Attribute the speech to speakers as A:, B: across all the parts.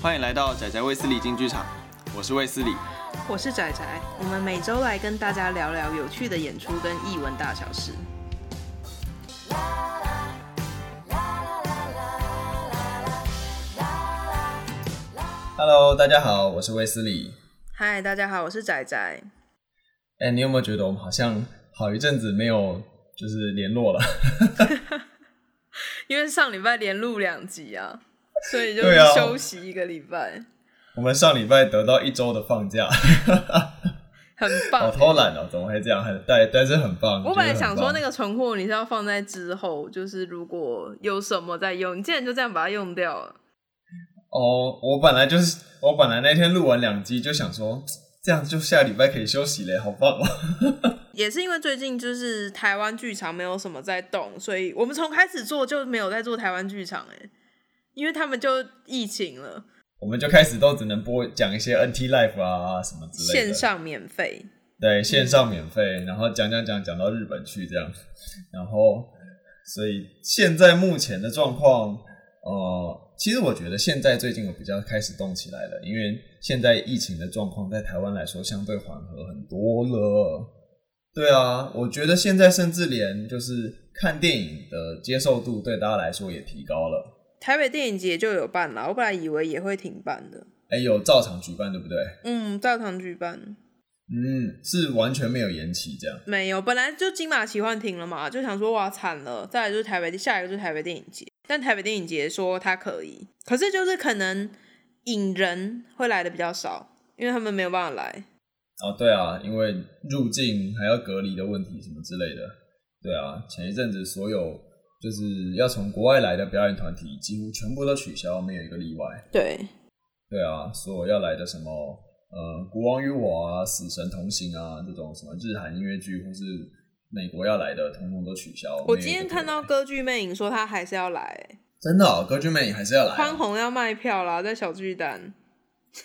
A: 欢迎来到仔仔卫斯理进剧场，我是卫斯理。
B: 我是仔仔，我们每周来跟大家聊聊有趣的演出跟艺文大小事。
A: Hello，大家好，我是卫斯理。
B: 嗨，大家好，我是仔仔。
A: 哎、你有没有觉得我们好像好一阵子没有就是联络了？
B: 因为上礼拜连录两集啊，所以就
A: 对啊
B: 休息一个礼拜，
A: 我们上礼拜得到一周的放 假，
B: 很
A: 好
B: 棒。欸
A: 偷懒哦，怎么会这样？很但但是很棒。
B: 我本来想说那
A: 个
B: 个存货你是要放在之后，就是如果有什么再用，你竟然就这样把它用掉了。
A: 哦，我本来就是我本来那天录完两集就想说，这样就下礼拜可以休息嘞，好棒哦。
B: 也是因为最近就是台湾剧场没有什么在动，所以我们从开始做就没有在做台湾剧场哎、因为他们就疫情了，
A: 我们就开始都只能播讲一些 NT Life 啊什么之类的，
B: 线上免费，
A: 对，线上免费，然后讲讲讲讲到日本去这样，然后所以现在目前的状况，呃，其实我觉得现在最近有比较开始动起来了，因为现在疫情的状况在台湾来说相对缓和很多了。对啊，我觉得现在甚至连就是看电影的接受度对大家来说也提高了。
B: 台北电影节就有办啦，我本来以为也会停办的，
A: 哎，有照常举办对不对？
B: 嗯，照常举办，
A: 嗯，是完全没有延期这样。
B: 没有，本来就金马奇幻停了嘛，就想说哇惨了，再来就是台北，下一个就是台北电影节，但台北电影节说它可以，可是就是可能影人会来的比较少，因为他们没有办法来，
A: 哦，对啊，因为入境还要隔离的问题什么之类的。对啊，前一阵子所有就是要从国外来的表演团体几乎全部都取消，没有一个例外。
B: 对，
A: 对啊，所有要来的什么呃《国王与我》啊，《死神同行啊》这种什么日韩音乐剧或是美国要来的，通通都取消。
B: 我
A: 没有
B: 今
A: 一个
B: 天
A: 例
B: 看到
A: 外
B: 歌剧魅影说他还是要来、欸
A: 真的、哦，歌剧魅影还是要来、
B: 宽
A: 啊。
B: 宏要卖票啦，在小巨蛋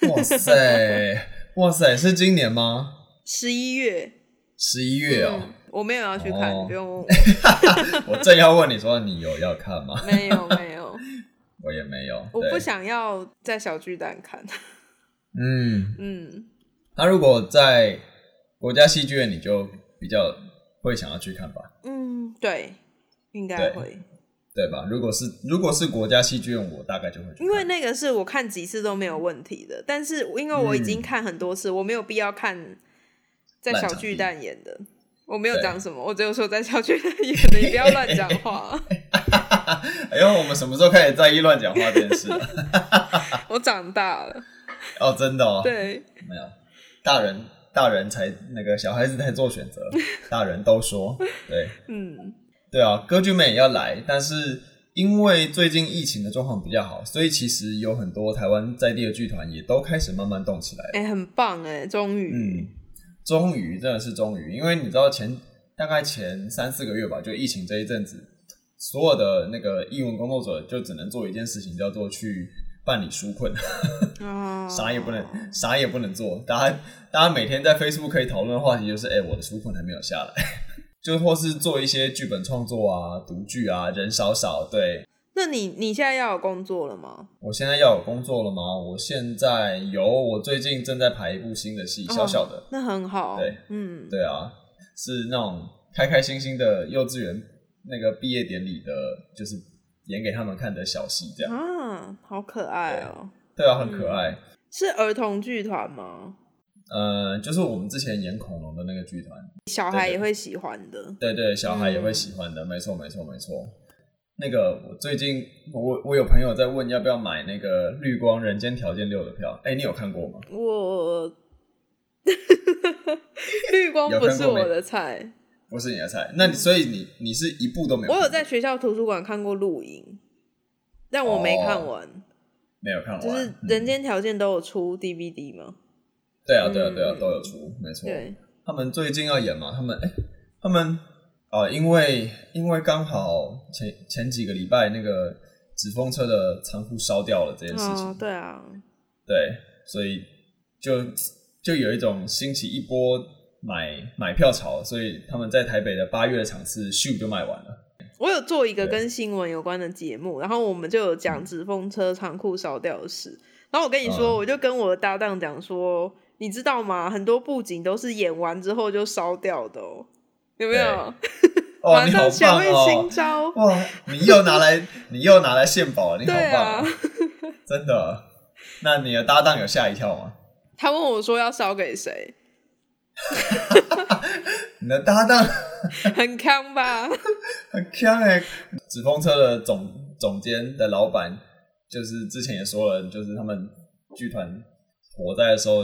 A: 哇塞，哇塞，是今年吗？
B: 十一月。
A: 十一月哦，
B: 嗯，我没有要去看，
A: 哦
B: 不用问我。嗯
A: 我正要问你说你有要看吗？
B: 没有 没有，
A: 我也没有，
B: 我
A: 对
B: 不想要在小巨蛋看。
A: 嗯，
B: 嗯，
A: 他如果在国家戏剧院，你就比较会想要去看吧，
B: 嗯，对，应该会，
A: 对吧？如果是如果是国家戏剧院，我大概就会去看
B: 因为那个是我看几次都没有问题的，但是因为我已
A: 嗯
B: 经看很多次，我没有必要看在小巨蛋演的。我没有
A: 对
B: 讲什么，我只有说在小巨蛋演的，你不要乱讲 话。
A: 哎呦，我们什么时候开始在意乱讲话这件 事了？
B: 我长 大了，
A: 哦，真的哦，，
B: 对，
A: 没有，大人大人才那个小孩子才做选择，大人都 说对。
B: 嗯，
A: 对啊，歌剧魅也要来，但是因为最近疫情的状况比较好，所以其实有很多台湾在地的剧团也都开始慢慢动起来了。
B: 哎、很棒哎、终于，
A: 嗯，终于真的是终于，因为你知道前大概前三四个月吧，就疫情这一阵子，所有的那个艺文工作者就只能做一件事情，叫做去办理纾困，
B: 啊，
A: 嗯啥也不能，啥也不能做。大家大家每天在 Facebook 可以讨论的话题就是，哎、我的纾困还没有下来， 就或是做一些剧本创作啊、读剧啊，人少少。对
B: 那你你现在要有工作了吗？
A: 我现在要有工作了吗？我现在有，我最近正在排一部新的戏，小小的。
B: 哦那很好。
A: 对，
B: 嗯，
A: 对啊，是那种开开心心的幼稚园那个毕业典礼的，就是演给他们看的小戏，这样
B: 啊，好可爱哦、
A: 对啊，很可爱。
B: 是儿童剧团吗？
A: 呃，就是我们之前演恐龙的那个剧团，
B: 小孩也会喜欢的。
A: 对对，小孩也会喜欢
B: 嗯
A: 的，没错，没错，没错。那个，我最近我我有朋友在问要不要买那个《绿光人间条件六》的票，哎，你有看过吗？
B: 我 绿光
A: 有
B: 不
A: 看
B: 是
A: 过没
B: 我的菜，
A: 不是你的菜，那你所以你你是一部都没有看
B: 我
A: 过？
B: 有在学校图书馆看过录影，但我没看完。
A: 没有看完？
B: 就是
A: 哦嗯
B: 人间条件都有出 DVD 吗？
A: 对啊，对啊，对啊
B: 嗯，
A: 都有出，没错。
B: 对，
A: 他们最近要演嘛，他们哎、他们啊、因为因为刚好前前几个礼拜那个纸风车的仓库烧掉了这件事情，
B: 哦，对啊，
A: 对，所以就就有一种兴起一波买买票潮，所以他们在台北的八月的场次咻就卖完了，
B: 我有做一个
A: 对
B: 跟新闻有关的节目，然后我们就有讲纸风车长裤烧掉的事。然后我跟你说，
A: 嗯
B: 我就跟我的搭档讲说，你知道吗？很多布景都是演完之后就烧掉的哦，有没有？
A: 哦，
B: 马
A: 你好
B: 上学
A: 棒
B: 会新
A: 哦！
B: 招，
A: 哇，你又拿来，你又拿来献宝了，你好
B: 对
A: 棒、
B: 啊。
A: 真的。啊那你的搭档有吓一跳吗？
B: 他问我说要烧给谁，
A: 你的搭档
B: 很康吧？
A: 很强哎、纸风车的总总监的老板，就是之前也说了，就是他们剧团火灾的时候，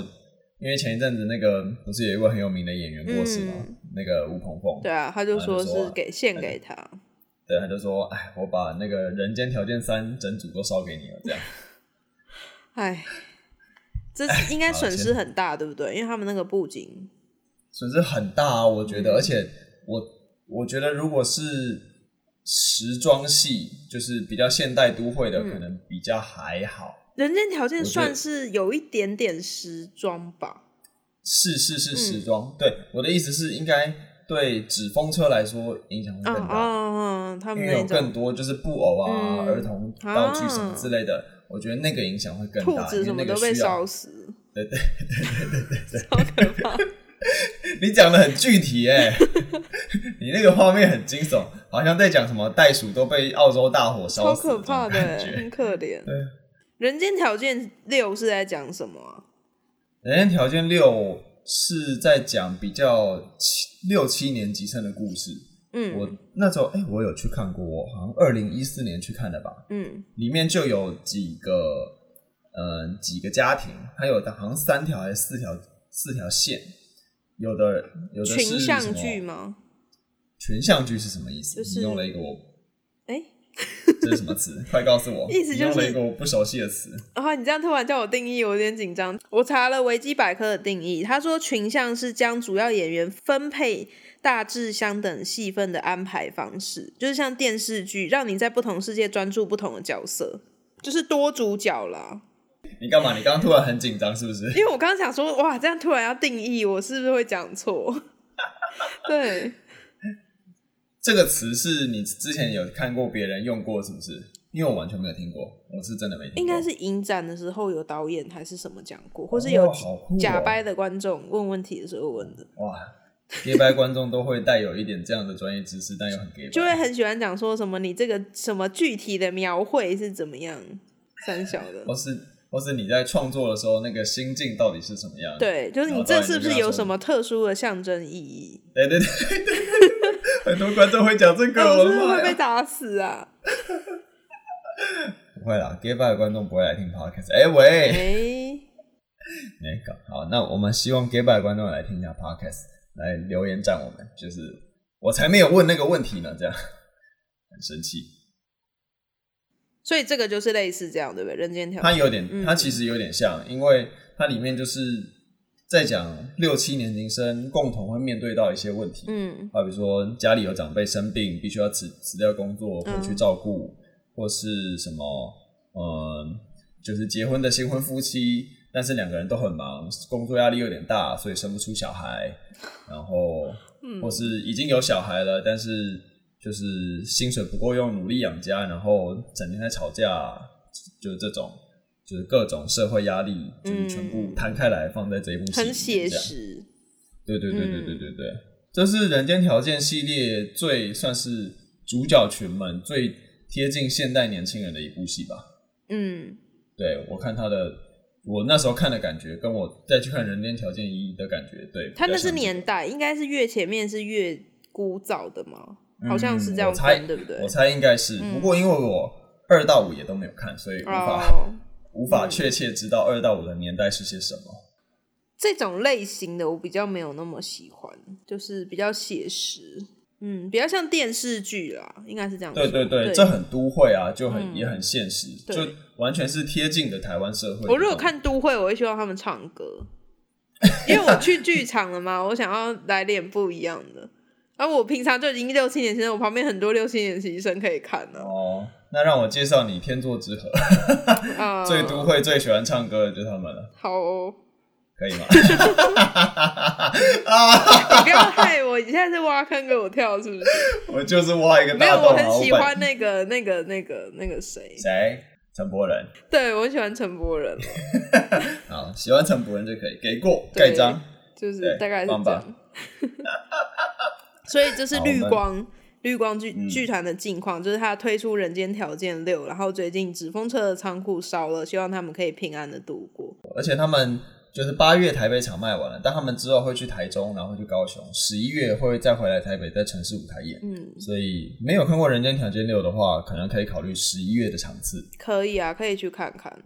A: 因为前一阵子那个不是有一位很有名的演员过世吗？
B: 嗯
A: 那个吴鹏凤，
B: 对啊，他就说是
A: 哎
B: 给献给他。
A: 对，他就说，哎，我把那个《人间条件三》整组都烧给你了，这样。
B: 哎，这是应该
A: 好
B: 损
A: 先
B: 失很大，对不对？因为他们那个布景，
A: 损失很大啊，我觉得，
B: 嗯
A: 而且我我觉得如果是时装系，就是比较现代都会的，
B: 嗯
A: 可能比较还好。
B: 人间条件
A: 我觉得
B: 算是有一点点时装吧。
A: 是是是，
B: 嗯
A: 时装。对，我的意思是，应该对纸风车来说影响会
B: 啊
A: 更大，
B: 啊，嗯他
A: 因
B: 们
A: 为有
B: 那
A: 更
B: 种
A: 多就是布偶啊、
B: 嗯
A: 儿童道具什么之类的，我觉得那个影响会更
B: 兔
A: 大，
B: 子
A: 因
B: 什么
A: 为那
B: 都
A: 个
B: 被
A: 需要。
B: 烧死，
A: 对对，
B: 超可怕。
A: 你讲的很具体哎、 你那个画面很惊悚，好像在讲什么袋鼠都被澳洲大火烧
B: 超
A: 死的这
B: 可
A: 种
B: 怕的
A: 感
B: 欸，
A: 觉。
B: 很可怜
A: 对。
B: 人间条件六是在讲什么啊？
A: 人间条件六是在讲比较七六七年级生的故事。我
B: 嗯
A: 那时候哎、我有去看过，我好像二零一四年去看的吧。
B: 嗯
A: 里面就有几个，嗯、几个家庭，还有好像三条还是四条四条线。有的有的是
B: 群像
A: 什么
B: 剧？吗？
A: 群像剧是什么意思？
B: 就是
A: 你用了一个我
B: 哎、
A: 这是什么 词？快告诉我！
B: 意思就
A: 你
B: 是
A: 用了一个我不熟悉的词。
B: 啊，你这样突然叫我定义，我有点紧张。我查了维基百科的定义，他说群像是将主要演员分配大致相等戏份的安排方式，就是像电视剧，让你在不同世界专注不同的角色，就是多主角啦。
A: 你干嘛？你刚刚突然很紧张是不是？
B: 因为我刚刚想说，哇，这样突然要定义，我是不是会讲错？ 对，
A: 这个词是你之前有看过别人用过是不是？因为我完全没有听过，我是真的没听过。
B: 应该是影展的时候有导演还是什么讲过，或是有
A: 哦好酷哦
B: 假掰的观众问问题的时候问的。
A: 哇，gay 白观众都会带有一点这样的专业知识，但又很 gay 白。
B: 就会很喜欢讲说什么你这个什么具体的描绘是怎么样三小的，
A: 或是或是你在创作的时候那个心境到底是什么样？
B: 对，就是你这是不是有什么特殊的象征意义？
A: 哎对对对对对，很多观众会讲这个，
B: 那
A: 我
B: 我
A: 的
B: 是不是
A: 妈
B: 哦会被
A: 呀！
B: 打死啊？
A: 不会啦，gay 白的观众不会来听 podcast。哎喂，
B: 哎，
A: 没搞好，那我们希望 gay 白的观众来听一下 podcast，来留言赞我们。就是我才没有问那个问题呢，这样 很生气。
B: 所以这个就是类似这样，对不对？人间条
A: 它
B: 件，
A: 有点，
B: 嗯
A: 它其实有点像，因为它里面就是在讲六七年级生共同会面对到一些问题，
B: 嗯
A: 啊好比说家里有长辈生病，必须要辞辞掉工作
B: 嗯
A: 回去照顾，或是什么，嗯，就是结婚的新婚夫妻，但是两个人都很忙，工作压力有点大，所以生不出小孩，然后
B: 嗯
A: 或是已经有小孩了，但是就是薪水不够用，努力养家，然后整天在吵架，就是这种，就是各种社会压力，就是全部摊开来放在这一部戏里面
B: 嗯很写
A: 这样
B: 实，
A: 对对对对
B: 嗯
A: 对对对，这是《人间条件》系列最算是主角群们最贴近现代年轻人的一部戏吧。
B: 嗯
A: 对我看他的，我那时候看的感觉，跟我再去看《人间条件一》的感觉，对，
B: 它
A: 比较
B: 那是
A: 像
B: 年代，应该是越前面是越古早的嘛，
A: 嗯
B: 好像是这样
A: 我猜
B: 分，对不对
A: 我？猜应该是，
B: 嗯
A: 不过因为我二到五也都没有看，所以无法、
B: 哦，
A: 无法
B: 嗯
A: 确切知道二到五的年代是些什么。
B: 这种类型的我比较没有那么喜欢，就是比较写实，嗯，比较像电视剧啦，应该是这样说。
A: 对对对，
B: 嗯对
A: 这很都会啊，就很、
B: 嗯
A: 也很现实，
B: 对
A: 就完全是贴近的台湾社会。
B: 我如果看都会，我会希望他们唱歌，因为我去剧场了嘛，我想要来点不一样的。然后我平常就已经六七年级生，我旁边很多六七年级生可以看了
A: 哦，那让我介绍你天作之合。
B: 啊，
A: 最都会最喜欢唱歌的就是他们了。
B: 好哦，
A: 可 以吗？啊，
B: 你不要害我，你现在是挖坑给我跳是 不是？
A: 我就是挖一个
B: 没
A: 大
B: 有，
A: 洞
B: 我
A: 啊！
B: 很喜
A: 本
B: 欢那个那个那个那个谁，
A: 谁？陈柏仁
B: 对我喜欢陈柏仁了，
A: 好，喜欢陈柏仁就可以给过
B: 对
A: 盖章。
B: 就是
A: 对
B: 大概是
A: 棒
B: 这
A: 棒
B: 样。 所以这是
A: 好
B: 绿
A: 我们
B: 光绿光剧
A: 嗯
B: 剧团的近况，就是他推出《人间条件六》，然后最近纸风车的仓库烧了，希望他们可以平安的度过。
A: 而且他们就是八月台北场卖完了，但他们之后会去台中，然后去高雄，十一月会再回来台北，在城市舞台演。
B: 嗯，
A: 所以没有看过《人间条件六》的话，可能可以考虑十一月的场次。
B: 可以啊，可以去看看，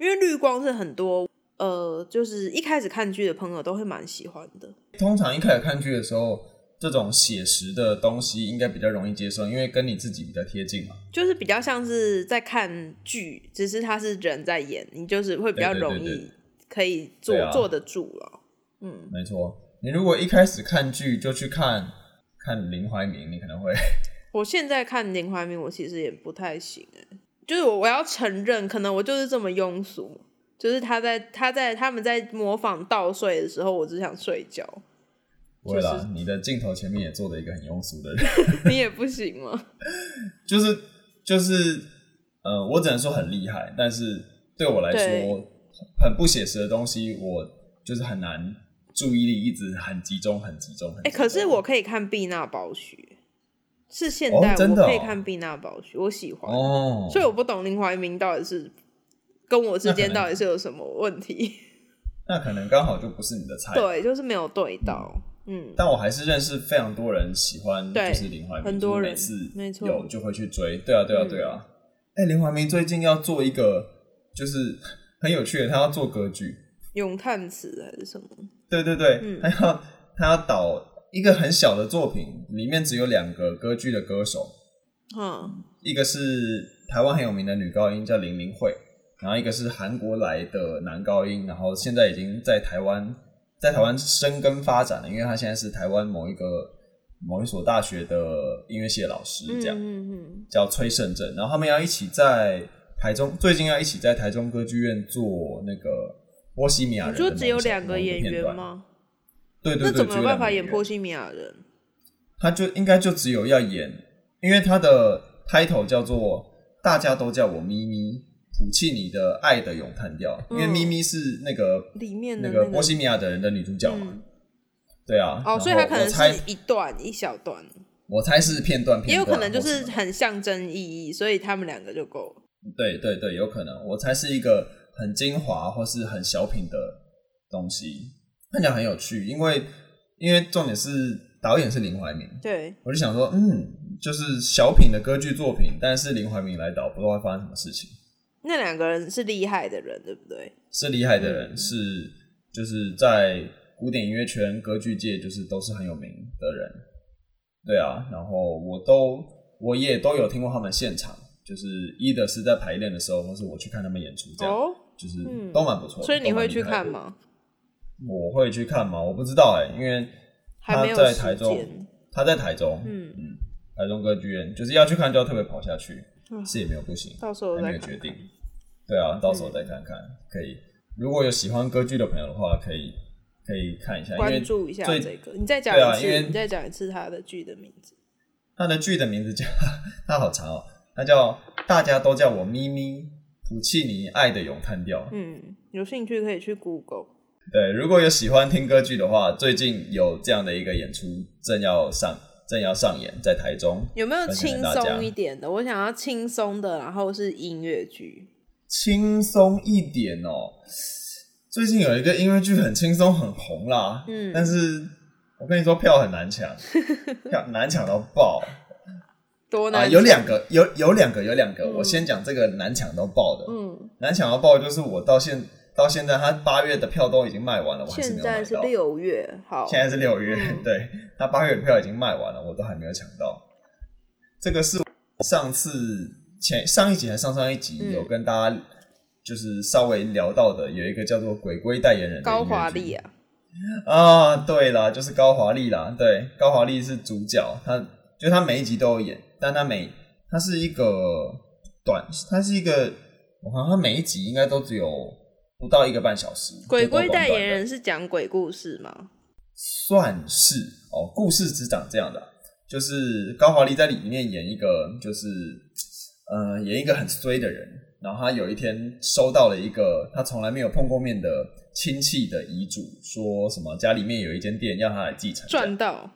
B: 因为绿光是很多呃，就是一开始看剧的朋友都会蛮喜欢的。
A: 通常一开始看剧的时候，这种写实的东西应该比较容易接受，因为跟你自己比较贴近嘛。
B: 就是比较像是在看剧，只是他是人在演，你就是会比较
A: 对对
B: 容
A: 对
B: 易可以坐
A: 对啊
B: 坐得住了。嗯，
A: 没错，你如果一开始看剧就去看看林怀民，你可能会
B: 我现在看林怀民，我其实也不太行哎、就是我我要承认，可能我就是这么庸俗，就是他在他在他们在模仿倒睡的时候，我只想睡觉，
A: 不会啦，你的镜头前面也坐着一个很庸俗的人。
B: 你也不行吗？
A: 就是就是呃，我只能说很厉害，但是对我来说
B: 对
A: 很不写实的东西，我就是很难注意力一直很集中，很集中。很
B: 哎、
A: 集中
B: 可是我可以看毕娜宝许，是现
A: 哦
B: 代、
A: 真的
B: 我可以
A: 哦
B: 看毕娜宝许，我喜欢。
A: 哦，
B: 所以我不懂林怀民到底是跟我之
A: 那可
B: 间
A: 能
B: 到底是有什么问题？
A: 那可能刚好就不是你的菜。
B: 对，就是没有对到。嗯，
A: 但我还是认识非常多人喜欢，
B: 对
A: 就是林怀民，
B: 很多人
A: 就是
B: 没
A: 每次
B: 错
A: 有就会去追。对啊，对啊，
B: 嗯
A: 对啊。哎、林怀民最近要做一个，就是很有趣的，他要做歌剧。
B: 咏叹词还是什么？
A: 对对对，
B: 嗯
A: 他要他要导一个很小的作品，里面只有两个歌剧的歌手，
B: 嗯，
A: 一个是台湾很有名的女高音叫林明慧，然后一个是韩国来的男高音，然后现在已经在台湾在台湾生根发展了，因为他现在是台湾某一个某一所大学的音乐系的老师，
B: 嗯
A: 这样、
B: 嗯嗯，
A: 叫崔胜正，然后他们要一起在台中最近要一起在台中歌剧院做那个。波西米亚
B: 嗯
A: 人
B: 你
A: 的某
B: 说
A: 一个，
B: 只有两个演
A: 某一片
B: 员
A: 段？
B: 吗？
A: 对对对，
B: 那怎么
A: 只
B: 有
A: 两
B: 办
A: 个
B: 法演
A: 员
B: 波西米亚人？
A: 他就应该就只有要演，因为他的 title 叫做“大家都叫我咪咪”，普契尼的《爱的咏叹调》，因为
B: 嗯
A: 咪咪是那个
B: 里面的
A: 那
B: 个
A: 个波西米亚的人的女主角嘛，
B: 嗯
A: 对啊。然
B: 哦，
A: 后
B: 所以他可能
A: 我猜
B: 是一段一小段，
A: 我猜是片段片段，
B: 也有可能就
A: 或
B: 是
A: 什么
B: 很象征意义，所以他们两个就够了。
A: 对对对，有可能我猜是一个很精华或是很小品的东西，看起来很有趣，因为因为重点是导演是林怀民，
B: 对，
A: 我就想说，嗯，就是小品的歌剧作品，但是林怀民来导，不知道会发生什么事情。
B: 那两个人是厉害的人，对不对？
A: 是厉害的人，是就是在古典音乐圈、歌剧界，就是都是很有名的人。对啊，然后我都我也都有听过他们现场，就是一的是在排练的时候，或是我去看他们演出，这样、
B: 哦，
A: 就是
B: 嗯
A: 都蛮不错的。
B: 所以你
A: 都蛮
B: 会
A: 厉害
B: 去
A: 的
B: 看？吗？
A: 我会去看吗？我不知道哎、因为
B: 还没有
A: 他在
B: 时
A: 台中
B: 间
A: 他在台中，
B: 嗯，
A: 台中歌剧院，就是要去看就要特别跑下去，
B: 嗯
A: 是也没有不行。
B: 到时候
A: 还没
B: 再
A: 有
B: 看
A: 决
B: 看。嗯
A: 定。对啊，到时候再看看，可以。如果有喜欢歌剧的朋友的话，可以可以看一下，因
B: 关
A: 为
B: 注一下
A: 最
B: 这个。你再讲
A: 对啊
B: 一次，
A: 因为
B: 你再讲一次他的剧的名字。
A: 它的剧的名字叫它好长哦，它叫大家都叫我咪咪普契尼《爱的咏叹调》。
B: 嗯，有兴趣可以去 Google。
A: 对，如果有喜欢听歌剧的话，最近有这样的一个演出正要上正要上演在台中，
B: 有没有
A: 分享给
B: 轻
A: 大家
B: 松一点的？我想要轻松的，然后是音乐剧。
A: 轻松一点哦。最近有一个音乐剧很轻松很红啦，
B: 嗯
A: 但是我跟你说票很难 抢，票难抢到爆
B: 多
A: 啊！
B: 难、
A: 有，两个，有有两个，有两个，
B: 嗯
A: 我先讲这个难抢到爆的，
B: 嗯，
A: 难抢到爆就是我到现到现在，他八月的票都已经卖完了，我还是
B: 现
A: 没有买
B: 在是
A: 到。
B: 六月，好，
A: 现在是六月，
B: 嗯
A: 对，他八月的票已经卖完了，我都还没有抢到。这个是上次前上一集还上上一集
B: 嗯
A: 有跟大家就是稍微聊到的，有一个叫做《鬼鬼代言人》的
B: 高华
A: 音乐剧
B: 丽啊，
A: 啊，对啦，就是高华丽啦，对，高华丽是主角，她就她每一集都有演，但她每她是一个短，她是一个，我看她每一集应该都只有不不到一个半小时。
B: 鬼
A: 就光
B: 鬼
A: 光
B: 代
A: 短
B: 言
A: 的
B: 人是讲鬼故事吗？
A: 算是哦，故事只长这样的，啊就是高华丽在里面演一个，就是呃，演一个很衰的人，然后他有一天收到了一个他从来没有碰过面的亲戚的遗嘱，说什么家里面有一间店要他来继承，
B: 赚到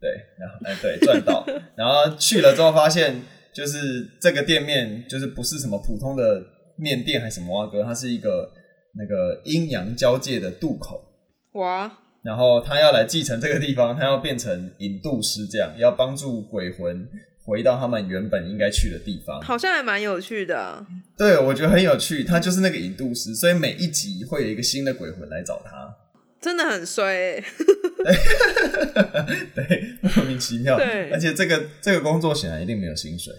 A: 对，然后哎、对赚到，然后去了之后发现，就是这个店面就是不是什么普通的面店还是什么啊哥，它是一个那个阴阳交界的渡口。
B: 哇！
A: 然后他要来继承这个地方，他要变成引渡师，这样要帮助鬼魂回到他们原本应该去的地方。
B: 好像还蛮有趣的啊、
A: 对，我觉得很有趣，他就是那个引渡师，所以每一集会有一个新的鬼魂来找他。
B: 真的很衰、欸。
A: 对，莫名其妙。
B: 对
A: 而且这个这个工作显然一定没有薪水，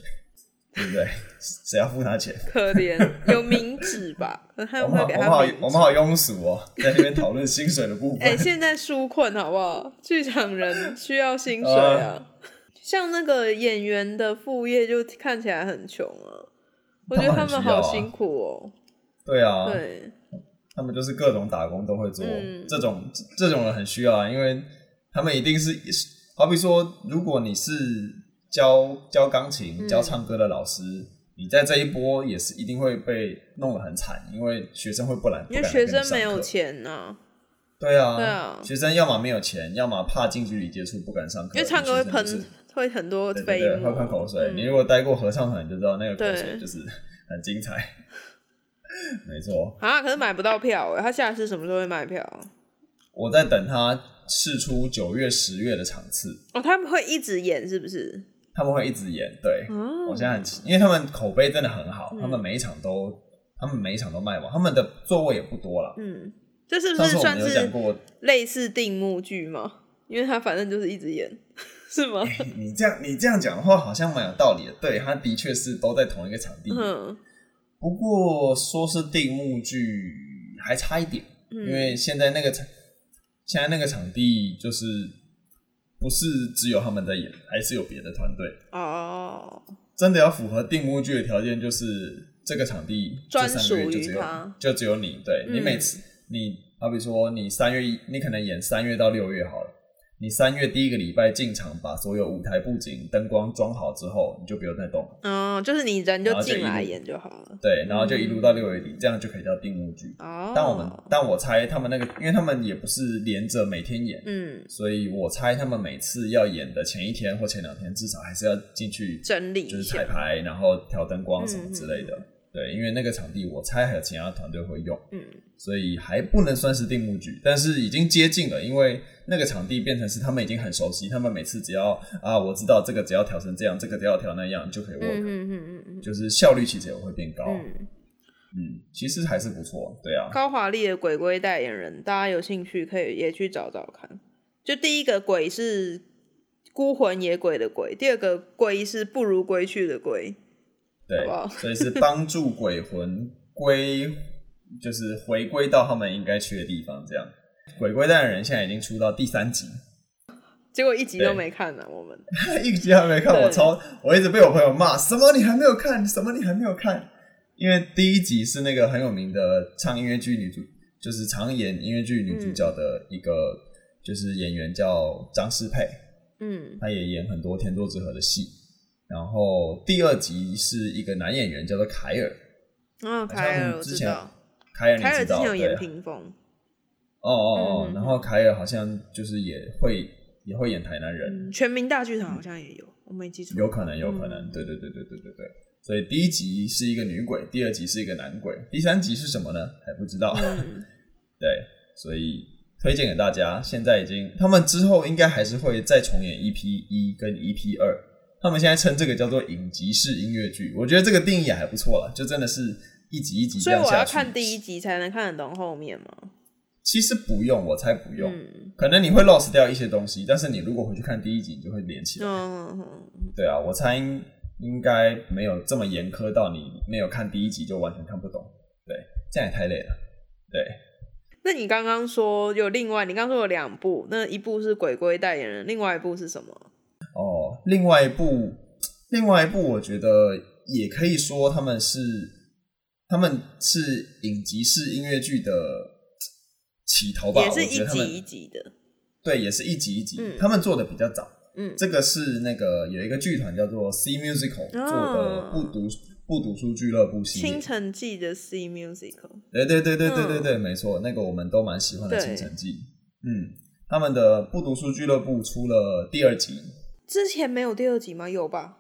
A: 对不对？谁要付他钱？
B: 可怜，有名指吧？他
A: 我
B: 们
A: 们好，
B: 会给
A: 我们好
B: 他名，
A: 我
B: 指。
A: 们好庸俗哦，在那边讨论薪水的部分。
B: 哎、现在纾困好不好？剧场人需要薪水
A: 呃
B: 啊。像那个演员的副业就看起来很穷啊，我觉得
A: 他
B: 他
A: 们很
B: 们
A: 需要
B: 好
A: 啊
B: 辛苦
A: 对
B: 哦、
A: 啊，
B: 对，
A: 他们就是各种打工都会做，
B: 嗯
A: 这种这种人很需要啊，因为他们一定是，好比说，如果你是教教钢琴、
B: 嗯
A: 教唱歌的老师，你在这一波也是一定会被弄得很惨，因为学生会不来，不
B: 因为
A: 敢
B: 学
A: 来跟你
B: 生没
A: 上
B: 有
A: 课，
B: 钱呐、
A: 对啊，
B: 对啊
A: 学生要么没有钱，要么怕近距离接触不敢上课，
B: 因为唱歌会
A: 学生就是
B: 喷，会很多
A: 对
B: 飞
A: 对对，
B: 沫
A: 会，喷口水。
B: 嗯
A: 你如果待过合唱团，你就知道那个口水
B: 对
A: 就是 很精彩， 没错。
B: 啊，可是买不到票、欸，他下次什么时候会买票啊？
A: 我在等他试出九月、十月的场次，
B: 哦，他们会一直演是不是？
A: 他们会一直演。对，
B: 哦
A: 我现在很期，因为他们口碑真的很好，
B: 嗯
A: 他们每一场都，他们每一场都卖完，他们的座位也不多了。
B: 嗯，这是不
A: 上
B: 是
A: 次我
B: 算
A: 们有
B: 是
A: 讲过，
B: 类似定目剧吗？因为他反正就是一直演， 是吗？
A: 你这样你这样讲的话，好像蛮有道理的。对，他的确是都在同一个场地，
B: 嗯，
A: 不过说是定目剧还差一点，
B: 嗯
A: 因为现在那个场，现在那个场地就是不是只有他们在演，还是有别的团队。
B: 哦，
A: 真的要符合定目剧的条件，就是这个场地这
B: 专
A: 三个月就只
B: 属于
A: 有
B: 他
A: 就只有你，对、
B: 嗯
A: 你每次你好比说你三月一，你可能演三月到六月好了，你三月第一个礼拜进场，把所有舞台布景、灯光装好之后，你就不用再动了，
B: 嗯，就是你人就
A: 然后就
B: 进来
A: 一路
B: 演就好了。
A: 对，然后就一路到六月底，这样就可以叫定目剧。
B: 哦，
A: 但我们但我猜他们那个，因为他们也不是连着每天演。
B: 嗯
A: 所以我猜他们每次要演的前一天或前两天，至少还是要进去
B: 整理
A: 就
B: 一嗯
A: 是彩
B: 下，
A: 排，然后调灯光什么之类的。对，因为那个场地我猜还有其他团队会用，
B: 嗯
A: 所以还不能算是定目剧，但是已经接近了，因为那个场地变成是他们已经很熟悉，他们每次只要啊，我知道这个只要调成这样，这个只要调那样就可以
B: 嗯
A: work，、
B: 嗯嗯嗯
A: 就是效率其实也会变高。
B: 嗯嗯，
A: 嗯，其实还是不错，对啊，
B: 高华丽的鬼鬼代言人，大家有兴趣可以也去找找看。就第一个鬼是孤魂野鬼的鬼，第二个龟是不如归去的龟，
A: 对
B: 好不好，
A: 所以是帮助鬼魂归，就是回归到他们应该去的地方，这样。鬼归蛋的人现在已经出到第三集，
B: 结果一集都
A: 对
B: 没看呢、我们
A: 一集还没看，
B: 对
A: 我超，我一直被我朋友骂，什么你还没有看，什么你还没有看，因为第一集是那个很有名的唱音乐剧女主，就是常演音乐剧女主角的一个，就是演员叫张诗佩，
B: 嗯
A: 她也演很多天作之合的戏。然后第二集是一个男演员叫做凯尔，
B: 啊，
A: 像
B: 凯尔我
A: 之
B: 知
A: 前
B: 道，
A: 凯尔你
B: 凯尔
A: 知
B: 之
A: 道
B: 前有
A: 对
B: 演
A: 啊，
B: 屏风，
A: 哦哦
B: 嗯
A: 哦
B: 嗯，
A: 然后凯尔好像就是也会也会演台南人，
B: 嗯，全民大剧场好像也有，我没记错，
A: 有可能，有可
B: 嗯
A: 能，对对对对对对对。所以第一集是一个女鬼，第二集是一个男鬼，第三集是什么呢？还不知道。
B: 嗯，
A: 对，所以推荐给大家。现在已经，他们之后应该还是会再重演 EP 一跟 EP 二。他们现在称这个叫做影集式音乐剧，我觉得这个定义也还不错啦，就真的是一集一集这
B: 所以
A: 样
B: 我
A: 下
B: 要
A: 去。
B: 看第一集才能看得懂后面嘛。
A: 其实不用，我猜不用。
B: 嗯
A: 可能你会 lost 掉一些东西，但是你如果回去看第一集，你就会连起来。
B: 嗯嗯，嗯
A: 对啊，我猜应应该没有这么严苛到你没有看第一集就完全看不懂。对，这样也太累了。对，
B: 那你刚刚说有另外，你刚刚说有两部，那一部是鬼鬼代言人，另外一部是什么？
A: 哦，另外一部，另外一部，我觉得也可以说他们是他们是影集式音乐剧的起头吧？
B: 也是
A: 我觉
B: 一
A: 得他
B: 集
A: 们
B: 一集的，
A: 对，也是一集一集，
B: 嗯
A: 他们做的比较早。
B: 嗯
A: 这个是那个有一个剧团叫做 C Musical 做
B: 哦
A: 的不读不读书俱乐部系列
B: 青，城记的 C musical，
A: 对哎对对对对对
B: 嗯
A: 对，没错，那个我们都蛮喜欢的《
B: 对
A: 青城记》。嗯，他们的不读书俱乐部出了第二集，
B: 之前没有第二集吗？有吧？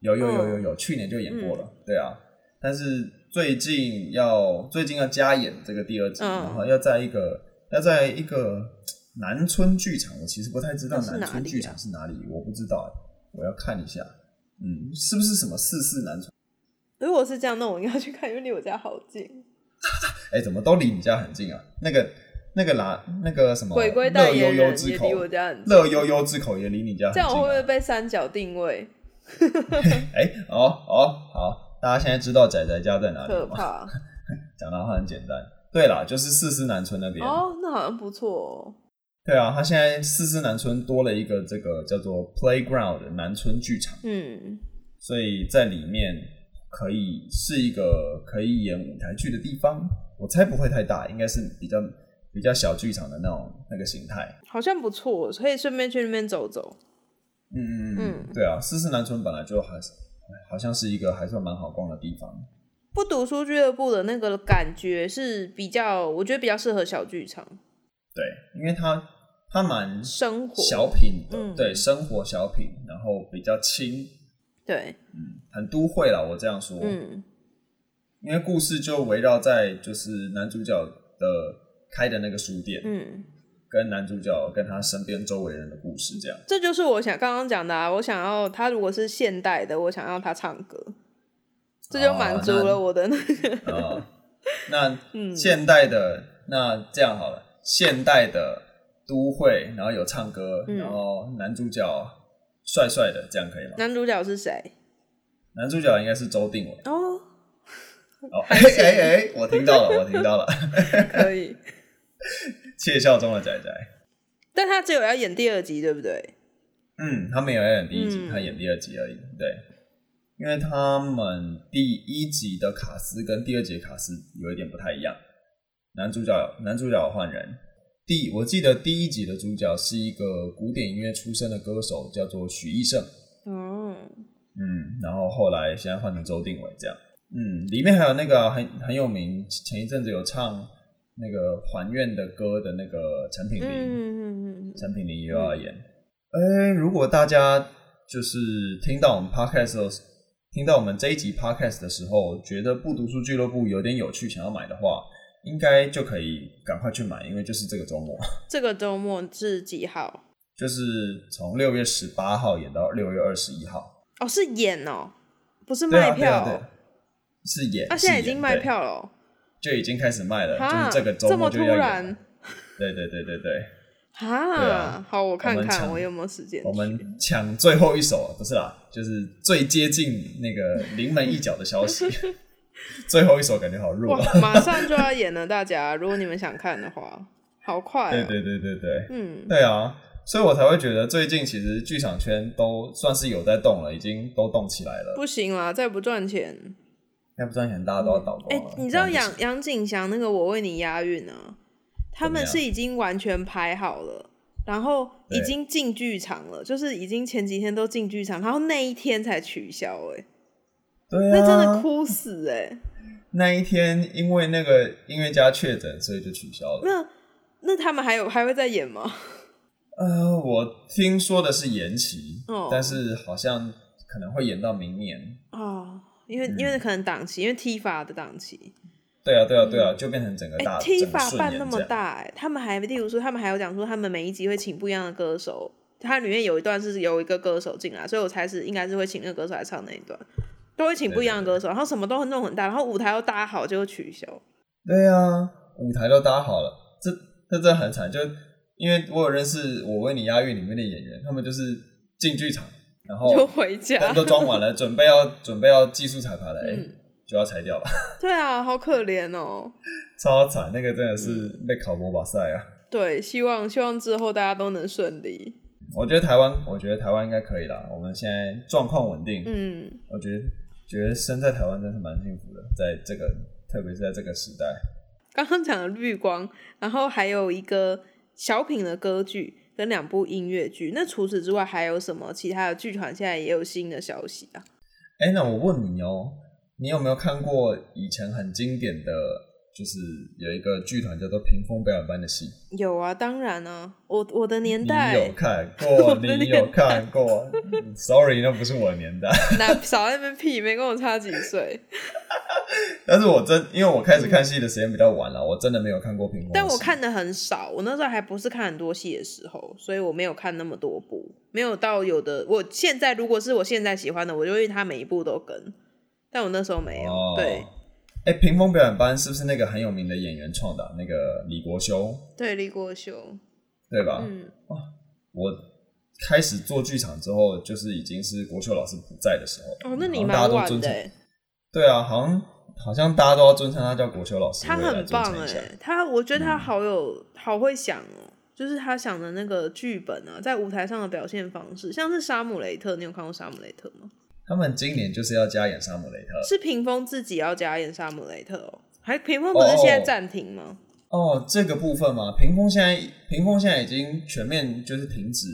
A: 有有
B: 嗯
A: 有有有，去年就演过了，对啊。但是最近要最近要加演这个第二集，
B: 嗯
A: 然后要在一个要在一个南村剧场，我其实不太知道
B: 那是
A: 南
B: 哪
A: 村
B: 里
A: 剧
B: 啊
A: 场是哪里，我不知道、我要看一下。嗯，是不是什么四四南村？
B: 如果是这样，那我应该去看，因为离我家好近。
A: 哎、怎么都离你家很近啊？那个那个哪那个什么
B: 鬼鬼代言
A: 哦乐悠悠
B: 人
A: 之
B: 也
A: 口
B: 离，我家很近，
A: 乐悠悠之口也离你家很
B: 这
A: 近、啊。
B: 样我会不会被三角 定位？
A: 哎、哦哦好，大家现在知道仔仔家在哪里
B: 可
A: 了吗？
B: 怕
A: 讲到话很简单。对啦，就是四四南村那边。
B: 哦，那好像不错哦。
A: 对啊，他现在四四南村多了一个这个叫做 Playground 的南村剧场，
B: 嗯，
A: 所以在里面可以是一个可以演舞台剧的地方。我猜不会太大，应该是比较比较小剧场的那种那个形态。
B: 好像不错，可以顺便去那边走走。
A: 嗯嗯嗯
B: 嗯，
A: 对啊，四四南村本来就还是好像是一个还算蛮好逛的地方。
B: 不读书俱乐部的那个感觉是比较，我觉得比较适合小剧场
A: 对，因为它它蛮
B: 生活。
A: 小品的，
B: 嗯
A: 对，生活小品，然后比较轻，
B: 对，
A: 很都会啦。我这样说，
B: 嗯，
A: 因为故事就围绕在就是男主角的开的那个书店，
B: 嗯，
A: 跟男主角跟他身边周围人的故事这 样。
B: 这就是我想刚刚讲的啊。我想要他如果是现代的，我想要他唱歌，这
A: 哦
B: 就满足了我的那个。
A: 啊、
B: 嗯
A: 那现代的、那这样好了，现代的都会，然后有唱歌，
B: 嗯
A: 然后男主角帅帅的，这样可以吗？
B: 男主角是谁？
A: 男主角应该是周定伟。
B: 哦，
A: 哦，哎哎哎，我听到了，我听到了，
B: 可以，
A: 窃笑中的仔仔。
B: 但他只有要演第二集，对不对？
A: 嗯，他没有要演第一集，
B: 嗯
A: 他演第二集而已。对，因为他们第一集的卡斯跟第二集的卡斯有一点不太一样。男主角男主角换人，第我记得第一集的主角是一个古典音乐出身的歌手，叫做许医生。
B: 哦，
A: 嗯，然后后来现在换成周定伟这样。嗯，里面还有那个啊很很有名，前一阵子有唱那个还愿的歌的那个陈品林。
B: 嗯嗯嗯嗯嗯，
A: 陈品林也有要演。哎、如果大家就是听到我们 podcast 的时候听到我们这一集 podcast 的时候，觉得不读书俱乐部有点有趣，想要买的话，应该就可以赶快去买，因为就是这个周末，
B: 这个周末是几号？
A: 就是从六月十八号演到六月二十一号。
B: 哦，是演哦，不是
A: 对啊
B: 卖票
A: 对啊对
B: 哦。
A: 啊是演，
B: 啊，现在已
A: 是演
B: 经卖，
A: 对
B: 票了哦，
A: 就已经开始卖了，
B: 哈，
A: 就是这个周
B: 这
A: 末
B: 么
A: 就
B: 突
A: 要演了。
B: 然，
A: 对对对对对，对
B: 哈
A: 啊，
B: 好，我看
A: 我们
B: 看
A: 抢
B: 我有没有时间去。
A: 我们抢最后一手，不是啦，就是最接近那个临门一脚的消 息。最后一手感觉好弱
B: 哇
A: 啊，，
B: 马上就要演了，大家，如果你们想看的话，好快
A: 对
B: 哦。
A: 对对对对，
B: 嗯，
A: 对啊，所以我才会觉得最近其实剧场圈都算是有在动了，已经都动起来了。
B: 不行啦，再不赚钱。
A: 要不赚钱，大家都要倒
B: 哎
A: 光了。，
B: 你知道
A: 这样不
B: 杨杨景祥那个《我为你押韵》啊，他
A: 怎么
B: 们
A: 样
B: 是已经完全排好了。然后已
A: 对
B: 经进剧场了，就是已经前几天都进剧场，然后那一天才取消、哎、
A: 行对
B: 那
A: 啊，
B: 真的哭死哎、
A: 那一天因为那个音乐家确诊，所以就取消了。
B: 那那他们还有还会再演吗？
A: 呃，我听说的是延期，
B: 哦
A: 但是好像可能会延到明年。
B: 哦，因为、
A: 嗯
B: 因为可能档期，因为 T 法的档期，
A: 对啊，对啊，对啊，就变成整个
B: 哎
A: 大、
B: ，T
A: 整个
B: 法
A: 顺
B: 办
A: 延
B: 那
A: 这
B: 么
A: 样
B: 大、哎，他们还例如说，他们还有讲说，他们每一集会请不一样的歌手，它里面有一段是有一个歌手进来，所以我猜是应该是会请那个歌手来唱那一段，都会请不一样的歌手，然后什么都弄很大，然后舞台又搭好就取消，
A: 对啊，舞台都搭好了，这这真的很惨。就因为我有认识《我为你押韵》里面的演员，他们就是进剧场，然后
B: 就回家
A: 灯，都装完了，准备要准备要技术彩排了，哎、
B: 嗯
A: 就要裁掉了，
B: 对啊，好可怜哦。
A: 超惨。那个真的是
B: 嗯
A: 被考模把赛啊！
B: 对，希望希望之后大家都能顺利。
A: 我觉得台湾，我觉得台湾应该可以啦。我们现在状况稳定，
B: 嗯，
A: 我觉得觉得生在台湾真是蛮幸福的，在这个特特别是在这个时代。
B: 刚刚讲的绿光，然后还有一个小品的歌剧跟两部音乐剧。那除此之外，还有什么其他的剧团现在也有新的消息啊？
A: 哎，那我问你哦，你有没有看过以前很经典的，就是有一个剧团叫做屏风表演班的戏？
B: 有啊，当然啊，我我的年
A: 你有
B: 代，
A: 看
B: 我
A: 过？
B: 的年代
A: 你有看过？Sorry，那不是我的年代。
B: 那少在那边屁，没跟我差几岁。
A: 但是我真因为我开始看戏的时间比较晚了，我真的没有看过屏风。
B: 但我，看的很少，我那时候还不是看很多戏的时候，所以我没有看那么多部，没有到有的。我现在如果是我现在喜欢的，我就会他每一部都跟，但我那时候没有。
A: 哦
B: 对
A: 哎，屏风表演班是不是那个很有名的演员创的啊？那个李国修，
B: 对，李国修，
A: 对吧？
B: 嗯，
A: 我开始做剧场之后，就是已经是国秀老师不在的时候。
B: 哦，那你
A: 好像大
B: 蛮
A: 家都
B: 晚
A: 尊
B: 的
A: 称
B: 欸、
A: 对啊，好像好像大家都要尊称他叫国修老师，
B: 他
A: 我也来
B: 很
A: 尊
B: 棒
A: 称
B: 哎、
A: 一下。嗯
B: 他我觉得他好有、好会想哦、就是他想的那个剧本啊，在舞台上的表现方式，像是《沙姆雷特》，你有看过《沙姆雷特》吗？
A: 他们今年就是要加演沙姆雷特
B: 是屏风自己要加演《沙姆雷特》哦，还屏风不是现在暂停吗？
A: 哦，这个部分嘛，屏风现在屏风现在已经全面就是停止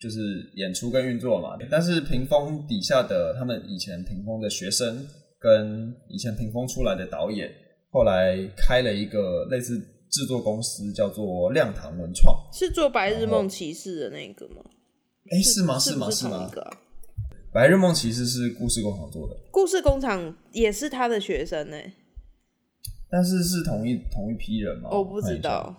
A: 就是演出跟运作嘛，但是屏风底下的他们以前屏风的学生跟以前屏风出来的导演，后来开了一个类似制作公司，叫做亮堂文创。
B: 是做《白日梦骑士》的那个吗？
A: 哦哎，是吗？
B: 是
A: 是吗？
B: 不是
A: 是
B: 同一
A: 吗？
B: 个啊、
A: 白日梦其实是故事工厂做的，
B: 故事工厂也是他的学生呢、
A: 但是是同一同一批人吗？
B: 我哦不
A: 看
B: 知
A: 一下，
B: 道。哦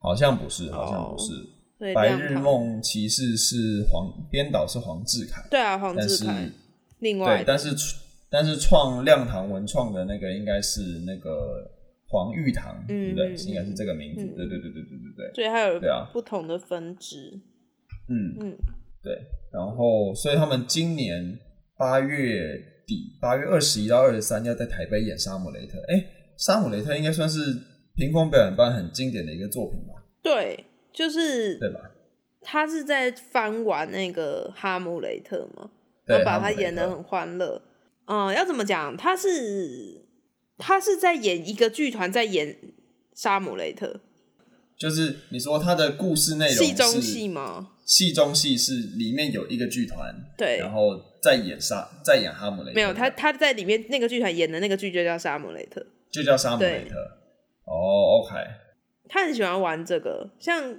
A: 好像不是，好像不是。
B: 对，
A: 白
B: 亮
A: 日
B: 堂
A: 梦骑士是黄编导是黄志凯，
B: 对啊，黄
A: 但是
B: 志凯，另外
A: 对，
B: 的
A: 但是但是创亮堂文创的那个应该是那个黄玉堂，对不对？
B: 嗯嗯
A: 应该是这个名字。
B: 嗯
A: 对对对对对对对，
B: 所以还有
A: 对啊
B: 不同的分支。
A: 嗯
B: 嗯，
A: 对。然后，所以他们今年八月底，八月二十一到二十三要在台北演《沙姆雷特》。哎，《沙姆雷特》应该算是屏风表演班很经典的一个作品吧？
B: 对，就是
A: 对吧？
B: 他是在翻玩那个哈姆雷特嘛，
A: 对
B: 然后把他
A: 哈姆雷特
B: 演的很欢乐。嗯，要怎么讲？他是他是在演一个剧团在演沙姆雷特，
A: 就是你说它的故事内容
B: 戏中
A: 是
B: 戏吗？
A: 戏中戏是里面有一个剧团，
B: 对
A: 然，后再演沙再演哈姆雷特，
B: 没有他他在里面那个剧团演的那个剧就叫沙姆雷特。
A: 就叫沙姆雷特。哦，OK，
B: 他很喜欢玩这个，像《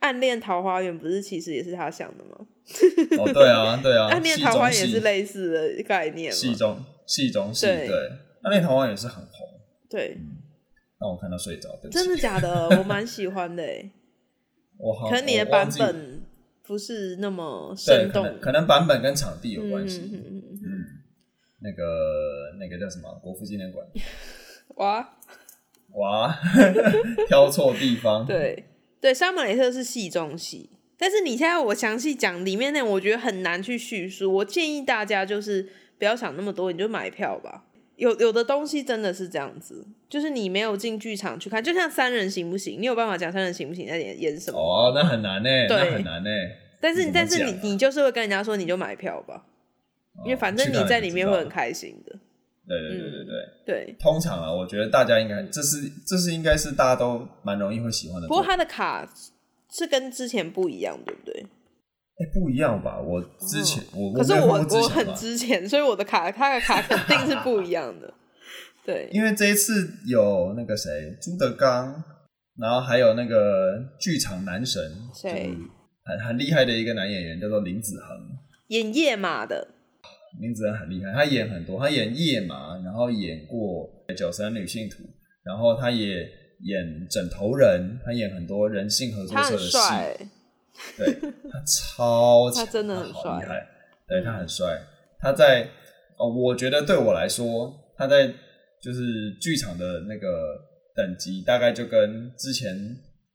B: 暗恋桃花源》不是其实也是他想的吗？
A: 哦，对 啊，对啊，
B: 暗恋
A: 戏
B: 桃花
A: 中
B: 源》也
A: 戏
B: 是类似的概念
A: 戏
B: 嘛？
A: 中戏中戏，
B: 对
A: 对，暗恋桃花也是很红，
B: 对，
A: 让我看到睡着，对不起
B: 真的假的？我蛮喜欢的、欸。
A: 我好，
B: 可能你的
A: 哦我
B: 版
A: 忘记
B: 本不是那么
A: 对，
B: 生
A: 可
B: 动，
A: 能可能版本跟场地有
B: 嗯
A: 关
B: 嗯
A: 系，
B: 嗯嗯嗯
A: 那个那个叫什么国父纪念馆，
B: 哇，
A: 哇， 挑错地方，
B: 对对，沙姆雷特是戏中戏，但是你现在我详细讲里面那，我觉得很难去叙述。我建议大家就是不要想那么多，你就买票吧。有有的东西真的是这样子，就是你没有进剧场去看，就像三人行不行？你有办法讲三人行不行在演演什么？
A: 哦，那很难呢，那
B: 对
A: 很难呢，欸
B: 但是
A: 怎么
B: 但是
A: 讲
B: 你
A: 啊
B: 你就是会跟人家说你就买票吧，因为
A: 哦
B: 反正
A: 去哪
B: 你在
A: 就
B: 里
A: 知
B: 面
A: 道
B: 会嗯
A: 了
B: 很开心的。
A: 对对对对对。
B: 对，
A: 通常啊，我觉得大家应该这是这是应该是大家都蛮容易会喜欢的
B: 不
A: 作
B: 过
A: 品。
B: 它的卡是跟之前不一样，对不对？
A: 哎、不一样吧？我之前、我
B: 哦可是
A: 没有
B: 我
A: 看过之
B: 我
A: 前
B: 很
A: 吧，
B: 之前，所以我的卡它的卡肯定是不一样 的。对，
A: 因为这一次有那个谁朱德刚，然后还有那个剧场男神，
B: 谁
A: 就是很很厉害的一个男演员叫做林子恒。
B: 演夜马的
A: 林子恒很厉害，他演很多，他演夜马，然后演过《九三女性图》，然后他也演枕头人，他演很多人性合作
B: 他
A: 社
B: 很
A: 的戏。
B: 帅欸，
A: 对他超强，
B: 他真的很
A: 他好厉
B: 帅
A: 害，对
B: 嗯
A: 他很帅。他在哦，我觉得对我来说，他在就是剧场的那个等级，大概就跟之前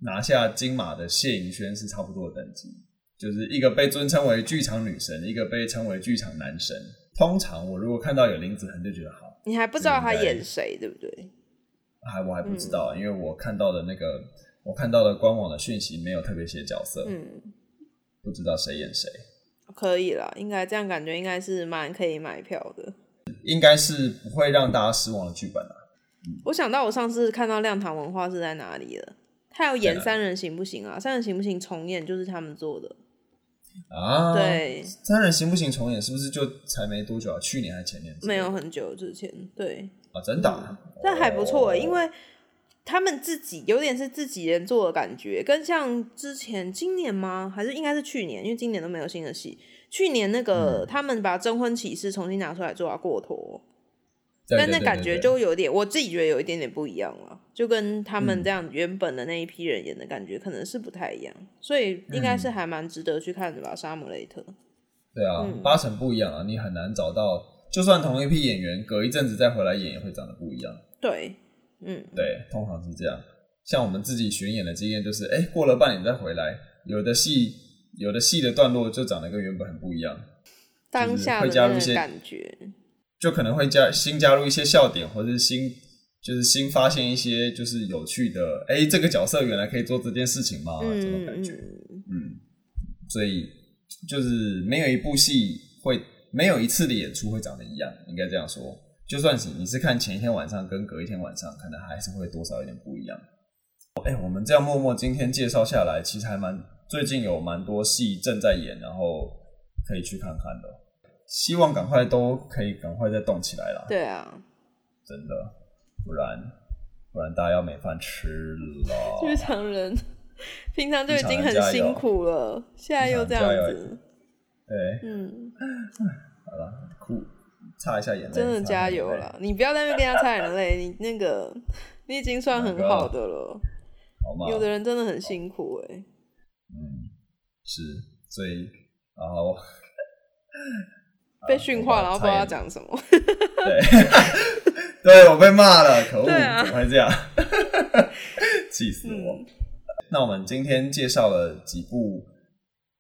A: 拿下金马的谢盈萱是差不多的等级，就是一个被尊称为剧场女神，一个被称为剧场男神。通常我如果看到有林子恒，就觉得好。
B: 你还不知道他
A: 应该
B: 演谁，对不对？
A: 还我还不知
B: 嗯
A: 道，因为我看到的那个我看到的官网的讯息没有特别写角色，
B: 嗯，
A: 不知道谁演谁。
B: 可以啦，应该这样感觉应该是蛮可以买票的。
A: 应该是不会让大家失望的剧本啊。
B: 我想到我上次看到亮堂文化是在哪里了，他有演
A: 在哪
B: 《三人行不行》啊，《三人行不行》重演就是他们做的，
A: 嗯啊，，
B: 对，
A: 三人行不行重演是不是就才没多久啊？去年还是前年之类
B: 没
A: 的？
B: 有嗯很久之前，对，
A: 啊，真的、啊，
B: 但还不错、欸
A: 哦
B: 因为他们自己有点是自己人做的感觉，跟像之前今年吗？还是应该是去年，因为今年都没有新的戏。去年那个、
A: 嗯
B: 他们把《征婚启事》重新拿出来做啊过头，
A: 对
B: 但
A: 对
B: 那
A: 对
B: 感
A: 对
B: 觉
A: 对
B: 就有点，我自己觉得有一点点不一样了，就跟他
A: 嗯
B: 们这样原本的那一批人演的感觉可能是不太一样，所以应该
A: 嗯
B: 是还蛮值得去看的吧，沙姆雷特》。
A: 对啊，
B: 嗯
A: 八成不一样啊，你很难找到，就算同一批演员，隔一阵子再回来演也会长得不一样。
B: 对，嗯，
A: 对，通常是这样。像我们自己巡演的经验就是，哎，过了半年再回来，有的戏有的戏的段落就长得跟原本很不一样，
B: 当下的
A: 会加入
B: 那
A: 一些
B: 个感觉，
A: 就可能会加新加入一些笑点，或者是新就是新发现一些就是有趣的，哎，这个角色原来可以做这件事情吗？啊这种
B: 嗯
A: 感觉，
B: 嗯，
A: 嗯，所以就是没有一部戏会没有一次的演出会长得一样，应该这样说。就算是你是看前一天晚上跟隔一天晚上，可能还是会多少有点不一样。哎、我们这样默默今天介绍下来，其实还蛮最近有蛮多戏正在演，然后可以去看看的。希望赶快都可以赶快再动起来啦，
B: 对啊，
A: 真的，不然不然大家要没饭吃了。
B: 剧场人平常就已
A: 剧场
B: 经
A: 人
B: 很
A: 加油
B: 辛苦了，现在又这样子，
A: 对，
B: 嗯，
A: 哎哭，擦一下眼泪，
B: 真的
A: 擦一下
B: 加
A: 眼
B: 油
A: 泪
B: 了！你不要在那边跟他擦眼泪，你那个你已经算很好的了。
A: 好吗？
B: 有的人真的很辛苦哎、
A: 嗯，是，所以哦然后啊
B: 被训话，
A: 我
B: 然后不知道要讲什么。
A: 对我被骂了，可恶，
B: 对啊
A: 怎么会这样？ 气死我！
B: 嗯
A: 那我们今天介绍了几部，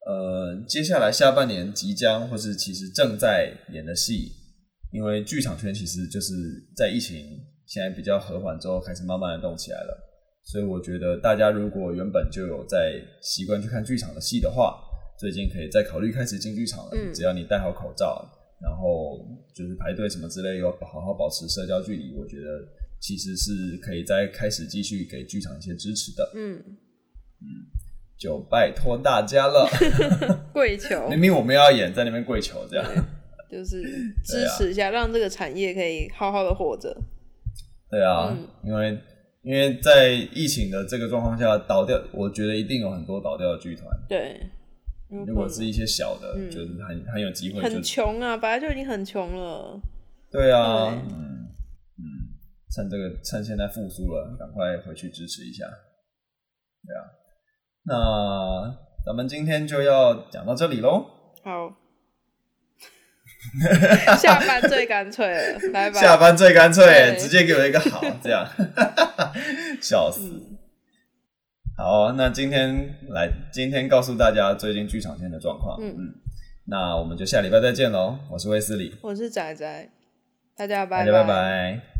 A: 呃，接下来下半年即将或是其实正在演的戏，因为剧场圈其实就是在疫情现在比较和缓之后，开始慢慢的动起来了。所以我觉得大家如果原本就有在习惯去看剧场的戏的话，最近可以再考虑开始进剧场了。
B: 嗯
A: 只要你戴好口罩，然后就是排队什么之类，有好好保持社交距离，我觉得其实是可以再开始继续给剧场一些支持的。
B: 嗯，
A: 就拜托大家 了。
B: 跪求
A: 明明我们啊要演，在那边跪求这样。
B: 就是支持一下，让这个产业可以好好的活着。
A: 对啊，
B: 嗯
A: 因为因为在疫情的这个状况下，倒掉，我觉得一定有很多倒掉的剧团。
B: 对，有
A: 如
B: 可
A: 果
B: 能
A: 是一些小的，
B: 嗯
A: 就是很很有机会就
B: 很穷啊，本来就已经很穷了。
A: 对啊，
B: 对
A: 嗯嗯，趁这个趁现在复苏了，赶快回去支持一下。对啊，那咱们今天就要讲到这里喽，
B: 好， 下班最干脆了，拜拜。
A: 下班最干脆，
B: 对
A: 直接给我一个好，这 样，笑死。
B: 嗯，
A: 好，那今天来，今天告诉大家最近剧场圈的状况。
B: 嗯
A: 那我们就下礼拜再见喽。我是威斯理，
B: 我是仔仔，大
A: 大
B: 家拜
A: 家
B: 拜
A: 拜拜